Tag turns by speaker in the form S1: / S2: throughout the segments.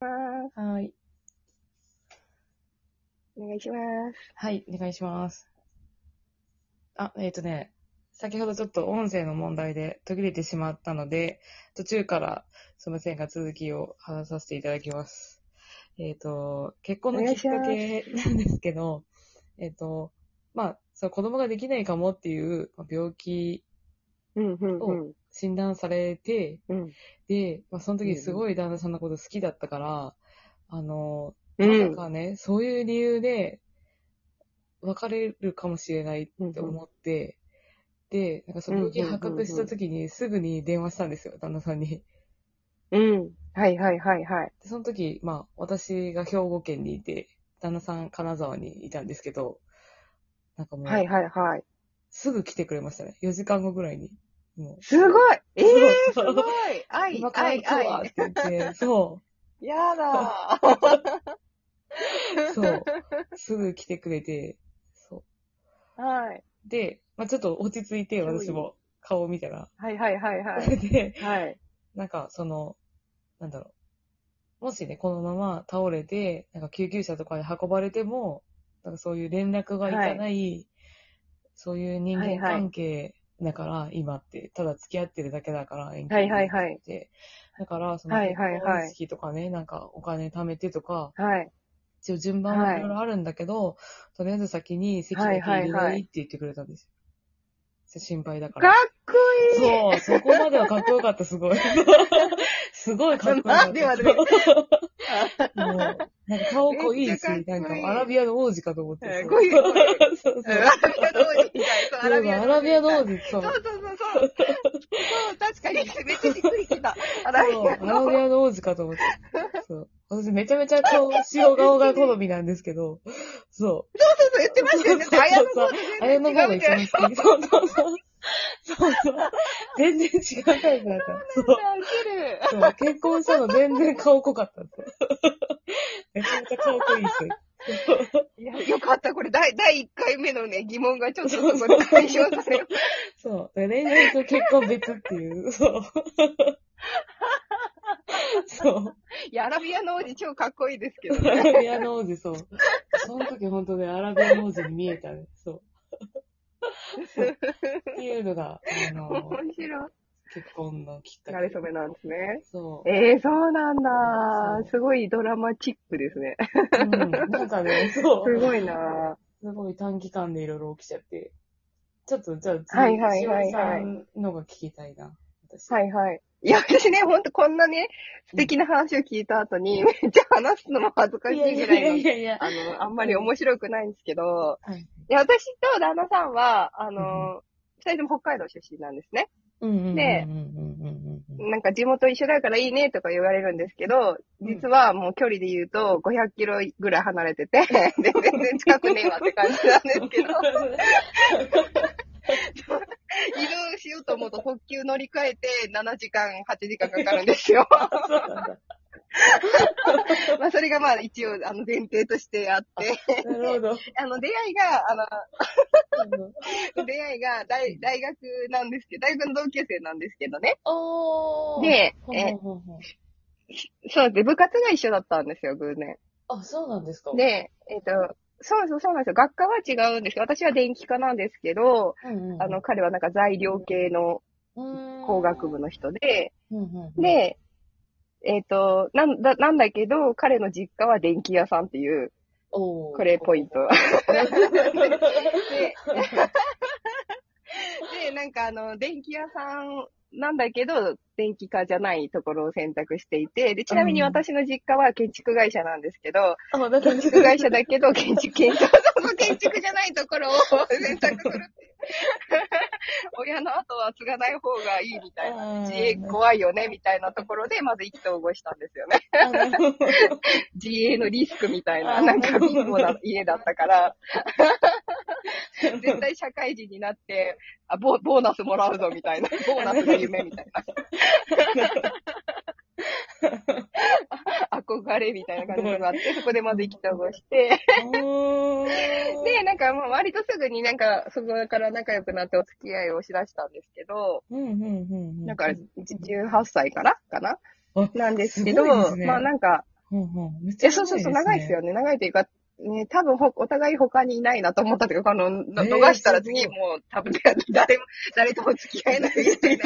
S1: ます。
S2: はーい。
S1: お願いしま
S2: はい、お願いします。あ、えっ、とね、先ほどちょっと音声の問題で途切れてしまったので、途中からすみませんが続きを話させていただきます。えっ、と、結婚のきっかけなんですけど、えっ、と、まあ、その子供ができないかもっていうまあ病気
S1: す。うん、うん、うん。
S2: 診断されて、
S1: うん。
S2: で、まあ、その時すごい旦那さんのこと好きだったから、あの、
S1: う
S2: なん
S1: ん。
S2: かね、そういう理由で、別れるかもしれないって思って、で、なんかその病気発覚した時にすぐに電話したんですよ、旦那さんに。
S1: うん。はい、はい、はい、はい。
S2: で、その時、まあ、私が兵庫県にいて、旦那さん金沢にいたんですけど、なんかもう、
S1: はい、はい、はい。
S2: すぐ来てくれましたね。4時間後ぐらいに。も
S1: すごいえー、す
S2: そう
S1: ご
S2: そう
S1: い愛
S2: 今、から
S1: 愛、
S2: 来るわ
S1: 愛。
S2: って言って、そ
S1: やだ
S2: う、そう、すぐ来てくれて、そう。
S1: ー。はい。
S2: で、まあ、ちょっと落ち着いて、
S1: すごい
S2: 私も顔を見たら。
S1: はい、はい、はい、は
S2: それ
S1: い。
S2: で、
S1: はい。
S2: なんか、その、なんだろう。もしね、このまま倒れて、なんか救急車とかに運ばれても、なんかそういう連絡がいかない、そういう人間関係だから、今って、ただ付き合ってるだけだから、遠
S1: はい、はい、はい。
S2: て。だから、その、
S1: はいはいはい
S2: 式とかね、なんかお金貯めてとか、
S1: はい。
S2: 一応順番はいろいろあるんだけど、とりあえず先に席だけ入れないって言ってくれたんですよ。心配だか
S1: からっ。こいい
S2: そう、そこまではかっこよかった、すごい。すごいかっこよかった。
S1: なんでまで
S2: もう、なんか顔濃い
S1: め
S2: し
S1: っちゃかっこいい
S2: なんかアラビアの王子かと思って。
S1: えー
S2: そう
S1: 濃い濃い
S2: そう
S1: うん
S2: そう。
S1: アラビア通りみたいな。
S2: アラビアの王
S1: 通り。
S2: 子、そう。
S1: そうそうそうそう。そう、確かに。めっちゃしっくりきた。アラビ
S2: そう
S1: ア
S2: アラ
S1: の。
S2: ビアの王子かと思って。そう。私めちゃめちゃ顔、白顔が好みなんですけど、そ
S1: そうそう、言ってましたよね。あやの方で
S2: う。あれの方が一番好き。 そうそうそう。そうそう。全然違うタイプだった。そう。
S1: き。
S2: そう、結婚したの全然顔濃かったんですよ。めちゃめちゃ顔濃いし。
S1: いや、よかった。これ、第、第1回目のね、疑問がちょっとそこで解消される。
S2: そう。で、恋愛と結婚別っていう。そう。そう。
S1: いや、アラビアの王子超かっこいいですけど。
S2: アラビアの王子、そう。その時本当ね、アラビアの王子に見えたね。そう。っていうのが、あの、
S1: 面白い。
S2: 結婚のきっか
S1: なれ
S2: け
S1: そ。めなんですね。
S2: そう。
S1: ええそうなん
S2: そ
S1: だ。
S2: う
S1: すごいドラマチックですね。
S2: うん。なんかね、そ
S1: す
S2: う。
S1: ごいな。
S2: すごい短期間でいろいろ起きちゃって。ちょっと、じゃあ、次、
S1: はいはいはいはい
S2: しおりさんのが聞きたいな。私
S1: はいはい。いや、私ね、ほんとこんなね、素敵な話を聞いた後に、めっちゃ話すのも恥ずかしい
S2: いやい
S1: ぐらいの
S2: やいやいや。
S1: あの、あんまり面白くないんですけど、
S2: はい
S1: いや、私と旦那さんは、あの、二人とも北海道出身なんですね。
S2: うんうんうんうん
S1: で
S2: うんうんうん
S1: なんか地元一緒だからいいねとか言われるんですけど、実はもう距離で言うと500キロぐらい離れて て、で全然近くねえわって感じなんですけど、移動しようと思うと特急乗り換えて7時間、8時間かかるんですよ。
S2: そうなんだ
S1: まあそれがまあ一応あの前提としてあって、
S2: なるほど。
S1: あの出会いが、あの、出会いが大大学なんですけど、大学の同級生なんですけどね。
S2: おー。
S1: で、
S2: ほんほ
S1: え
S2: んほんほん、
S1: そうで、部活が一緒だったんですよ、偶然。
S2: あ、そうなんですか。
S1: で、えっ、と、そうそうそうなんですよ。学科は違うんですけど、私は電気科なんですけど、
S2: うんうん、
S1: あの、彼はなんか材料系の
S2: の
S1: 工学部の人で、
S2: うんうんうん、
S1: で、えっ、と、なんだ、なんだけど、彼の実家は電気屋さんっていう、
S2: おー
S1: これポイン ト。で、で、なんかあの、電気屋さんなんだけど、電気科じゃないところを選択していて、で、ちなみに私の実家は建築会社なんですけど、
S2: あ、なんか
S1: 建築会社だけど、建築、建築、そうそう建築じゃないところを選択するっていう。 親の後は継がない方がいい みたいな。自営怖いよね、みたいなところで、まず意気投合したんですよね。
S2: あなるほど
S1: 自営のリスクみたいな、
S2: あ
S1: なんか貧乏な家だったから。 絶対社会人になって、あボボーナスもらうぞみたいな、ボーナスが夢みたいな。 憧れみたいな感じがあって、そこでまず意気投合して、
S2: おー
S1: で、なんかもう割とすぐになんか、そこから仲良くなってお付き合いをしだしたんですけど、
S2: うんうんうんうん。
S1: だから18歳からかな
S2: あ
S1: なんですけど、
S2: すごいですね
S1: まあなんか、
S2: ほうほう。めっち
S1: え、
S2: ゃ
S1: そうそうそう、長
S2: 長
S1: い
S2: い
S1: で
S2: ですす
S1: よ
S2: ね。
S1: ね。長いというか、ね、多分ほ、お互い他にいないなと思ったというか、この、の
S2: えー
S1: 逃したら次
S2: すご
S1: もう多分、誰も、誰とも付き合えないみ たいな。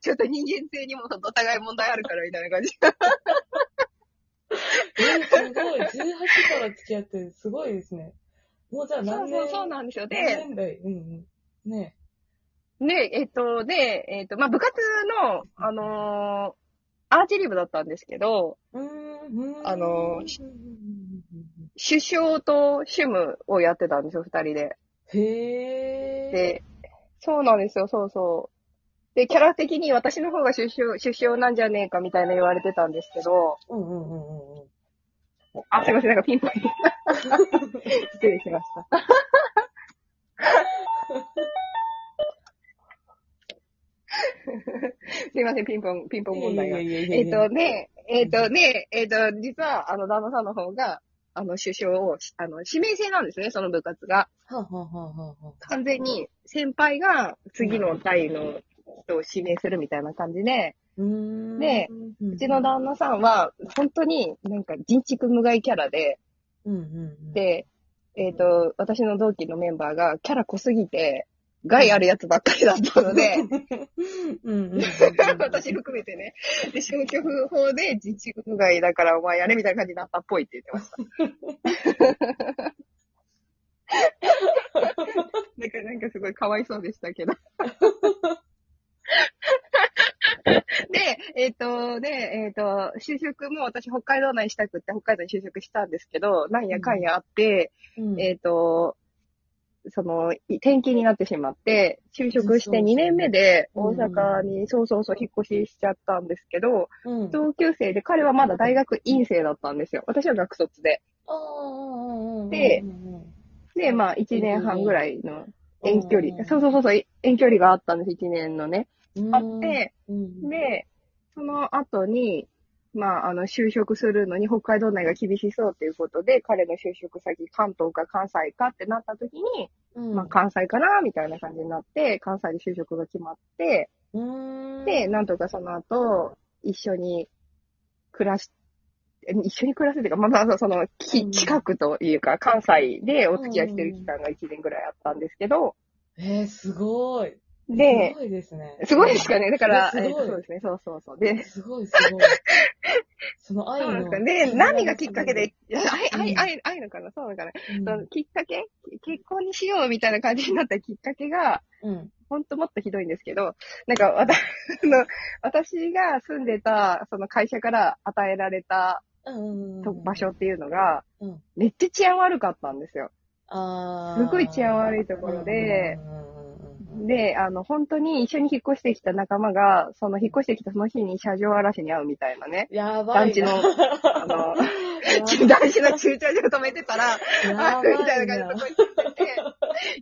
S1: ちょっと人間性にもお互い問題あるからみたいな感じ。
S2: えすごい。18から付き合ってる、すごいですね。もうじゃあ
S1: そう
S2: 何年
S1: そうそうなんですよ。
S2: 何
S1: で、
S2: 年代うんうん。ね
S1: で、えっと、で、えっと、まあ、部活の、あのーアーチェリー部だったんですけど、
S2: え。うーん。
S1: あの
S2: うん
S1: 首相と主務をやってたんですよ、二人で。
S2: へえ。
S1: で、そうなんですよ、そうそう。で、キャラ的に私の方が首相、首相なんじゃねえかみたいな言われてたんですけど、
S2: うんうんうんうんうん。
S1: あ、すいません、なんかピンポン。 失礼しました。 すいません、ピンポン、ピンポン問題が。
S2: いやいやいや
S1: え
S2: い
S1: っ
S2: や
S1: とね、えっとね、えっと、実は、あの、旦那さんの方が、あの、首相を、あの、指名制なんですね、その部活が。
S2: はあはあはあはあはあ。
S1: 完全に、先輩が次の代の人を指名するみたいな感じで、
S2: うーん。
S1: で
S2: うん、
S1: うちの旦那さんは、本当になんか、人畜無害キャラで、
S2: うんうんうん。
S1: で、えっ、と、私の同期のメンバーがキャラ濃すぎて、害あるやつばっかりだったので、
S2: うんうんうんうん。
S1: 私含めてね。で、消去法で自治区外だからお前やれみたいな感じになったっぽいって言ってました。なんか、なんかすごいかわいそうでしたけど。で、えっ、と、で、えっ、と、就職も私北海道内したくって北海道に就職したんですけど、なんやかんやあって、
S2: うん
S1: えっ、と、その、い転勤になってしまって、就職して2年目で
S2: そ
S1: 大
S2: うそう
S1: 阪に、そうそうそう、引っ越ししちゃったんですけど、
S2: うん。
S1: 同級生で彼はまだ大学院生だったんですよ。私は学卒で。
S2: ああ
S1: で
S2: うんうんうん
S1: で、まあ、1年半ぐらいの遠距離
S2: うん。
S1: そうそうそうそう、遠距離があったんです、1年のね。
S2: うん
S1: あって、
S2: うん、
S1: で、その後に、まあ、あの、就職するのに北海道内が厳しそうということで、彼の就職先、関東か関西かってなった時に、
S2: うん
S1: まあ、関西かなみたいな感じになって、関西で就職が決まって、
S2: うーん
S1: で、なんとかその後、一緒に暮らし、え一緒に暮らすっていうか、まあまあ、その、
S2: う
S1: き、
S2: ん
S1: 近くというか、関西でお付き合いしてる期間が1年ぐらいあったんですけど、
S2: えー、すごい。
S1: で、
S2: すごいですね。
S1: すごいですかねだから、
S2: す
S1: え
S2: ご
S1: っと
S2: い
S1: そうですね、そうそうそう。で、
S2: すごい、す ごい。その愛
S1: そうなん
S2: の
S1: です。かね。で、何がきっかけで、いや愛、愛、愛、愛のかなそうだから、
S2: うん、
S1: そのきっかけ結婚にしようみたいな感じになったきっかけが、
S2: うん。
S1: ほんともっとひどいんですけど、なんか、わた、 あの、私が住んでた、その会社から与えられた
S2: うんうん
S1: と
S2: うん。
S1: 場所っていうのが、
S2: うん
S1: めっちゃ治安悪かったんですよ。
S2: あ
S1: すごい治安悪いところで、
S2: で、
S1: で、あの、本当に一緒に引っ越してきた仲間が、その引っ越してきたその日に車上荒らしに会うみたいなね。
S2: やば
S1: 団
S2: い。
S1: 地の、あの、
S2: やばい
S1: 団地の駐車場止めてたら、あ
S2: やばい
S1: みたいな感じでそこに住んでて、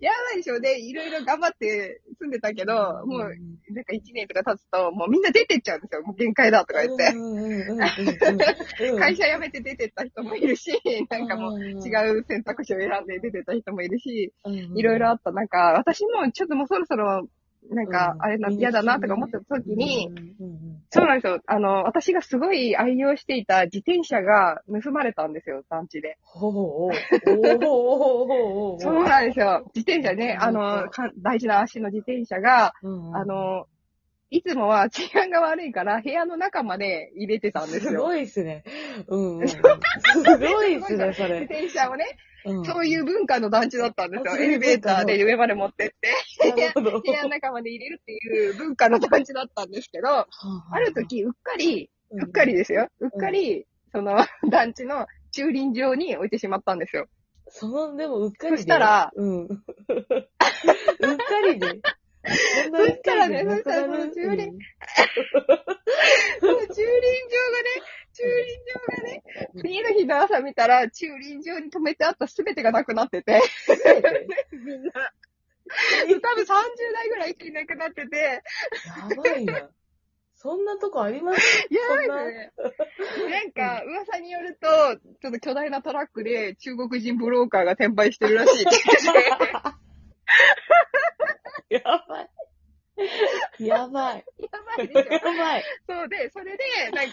S1: やばいでしょ。で、いろいろ頑張って住んでたけど、もう、なんか一年とか経つと、もうみんな出てっちゃうんですよ。もう限界だとか言って。
S2: うんうんうんうんうんうん
S1: 会社辞めて出てった人もいるし、なんかもう、
S2: 違
S1: 違う選択肢を選んで出てた人もいるし、
S2: うん
S1: いろいろあった中、私もちょっともうそろそろ、なんか
S2: う、ん
S1: あれな、
S2: うん
S1: 嫌だなとか思った時に、、
S2: うんうんうん
S1: そうなんですよ。あの、私がすごい愛用していた自転車が盗まれたんですよ、団地で。
S2: ほうほうほうほうほうほうほうほう
S1: そうなんですよ。自転車ね、あ
S2: う
S1: の、
S2: ん
S1: か大事な足の自転車が、
S2: うん
S1: あの、いつもは治安が悪いから部屋の中まで入れてたんです
S2: す
S1: よ。
S2: ごいっすね。う んうん。すごいっすね、そ
S1: 自
S2: れ。
S1: 転車をね、
S2: うん
S1: そういう文化の団地だったんです
S2: あ
S1: よ。
S2: そう
S1: エ
S2: い
S1: レ
S2: う
S1: ベ
S2: 文
S1: ー
S2: 化の
S1: ターで上まで持ってっ て、
S2: なるほど
S1: 部屋の中まで入れるっていう文化の団地だったんですけど、 ある、時、うっかり、うっかり
S2: うん
S1: ですよ。うっかり、その 団地の駐輪場に置いてしまったんですよ。
S2: その、でも、うっかりで。
S1: そしたら
S2: うん。うっかりで。そんなうっ
S1: そした
S2: からり
S1: ね
S2: でなくな
S1: そしたら
S2: る。
S1: その
S2: う
S1: 蹂
S2: ん
S1: 躙その駐輪場がね、駐輪場がね、次の日の朝見たら、駐輪場に止めてあったすべてがなくなって て、みんな。多分30代ぐらい一気になくなってて、
S2: やばいな。そんなとこありま す
S1: やばいですね。なんか、噂によると、ちょっと巨大なトラックで中国人ブローカーが 転売してるらしいって言ってて。
S2: やばい。やばい。
S1: ばいでし
S2: や
S1: ょ。
S2: ばい。
S1: そうで、それで、なんか、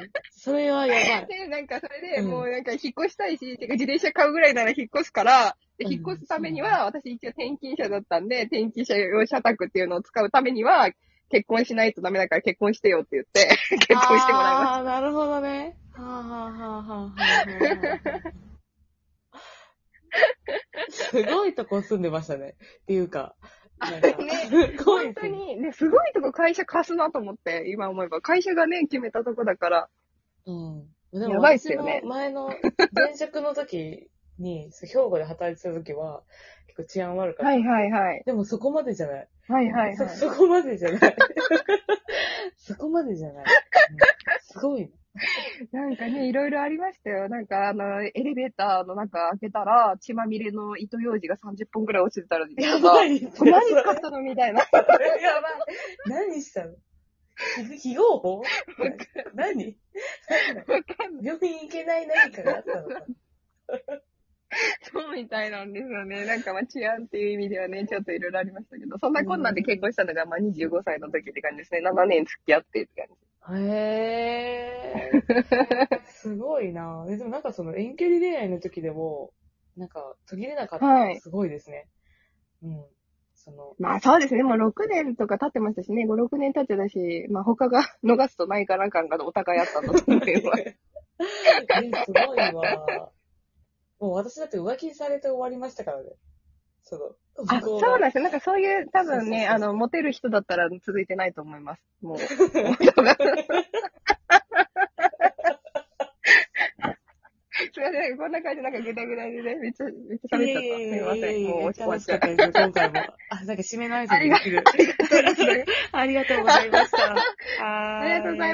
S2: うん。それはやばい。
S1: で、なんかそれで、
S2: うん
S1: もうなんか引っ越したいし、てか自転車買うぐらいなら引っ越すから、で
S2: うん
S1: 引っ越すためには、私一応転勤者だったんで、転勤者用社宅っていうのを使うためには、結婚しないとダメだから結婚してよって言って、結婚してもらいまし
S2: ああー、なるほどね。はあはあはあはあはあはあ。すごいとこ住んでましたね。っていうか。なんか
S1: ね
S2: す
S1: た。
S2: ごい
S1: 本当に、ね、すごいとこ会社貸すなと思って、今思えば。会社がね、決めたとこだから。
S2: うん。でも
S1: やばいっ
S2: 私
S1: すよ
S2: の
S1: ね
S2: 前の前職の時に、そう兵庫で働いてた時は、結構治安悪かった。
S1: はいはいはい。
S2: でもそこまでじゃない。
S1: はいはいは
S2: そ
S1: い。
S2: そこまでじゃない。そこまでじゃない。うんすごい。
S1: なんかね、いろいろありましたよ。なんか、あの、エレベーターの中開けたら、血まみれの糸ようじが30本くらい落ちてたら、
S2: やばい。
S1: これ何使ったのみたいな。
S2: やばい。 何したの非合法何病院行けない何かがあったのか。
S1: そうみたいなんですよね。なんかまあ治安っていう意味ではね、ちょっといろいろありましたけど、そんなこんなんで結婚したのがまあ25歳の時って感じですね。7年付き合ってって感じ。
S2: へえ。すごいなぁ。ででもなんかその遠距離恋愛の時でも、なんか途切れなかった
S1: は
S2: の
S1: い
S2: すごいですね。うん。その、
S1: まあそうですね。もう6年とか経ってましたしね。5、6年経ってたし、まあ他が逃すとないかなんかがお互いあったんだと思います。
S2: えすごいわ。もう私だって浮気されて終わりましたからね。その、
S1: あ、
S2: 向こ
S1: そう
S2: うが
S1: なんですよ。なんかそういう、多分ね、
S2: そうそうそう
S1: あの、モテる人だったら続いてないと思います。もう。 すいません、こんな感じ、なんかぐだぐだでね、めっちゃ、めっちゃ喋っちゃった。すいません、もう
S2: めっ
S1: 落
S2: ち
S1: ち
S2: ゃ
S1: 終わ
S2: 楽
S1: っ
S2: し
S1: ちゃ
S2: か
S1: う
S2: っ。たですよ、今回も。あ、なんか締めの挨拶できる。
S1: ありがとうございます。
S2: ありがとうございまし た。
S1: あ
S2: あ
S1: りがとうございます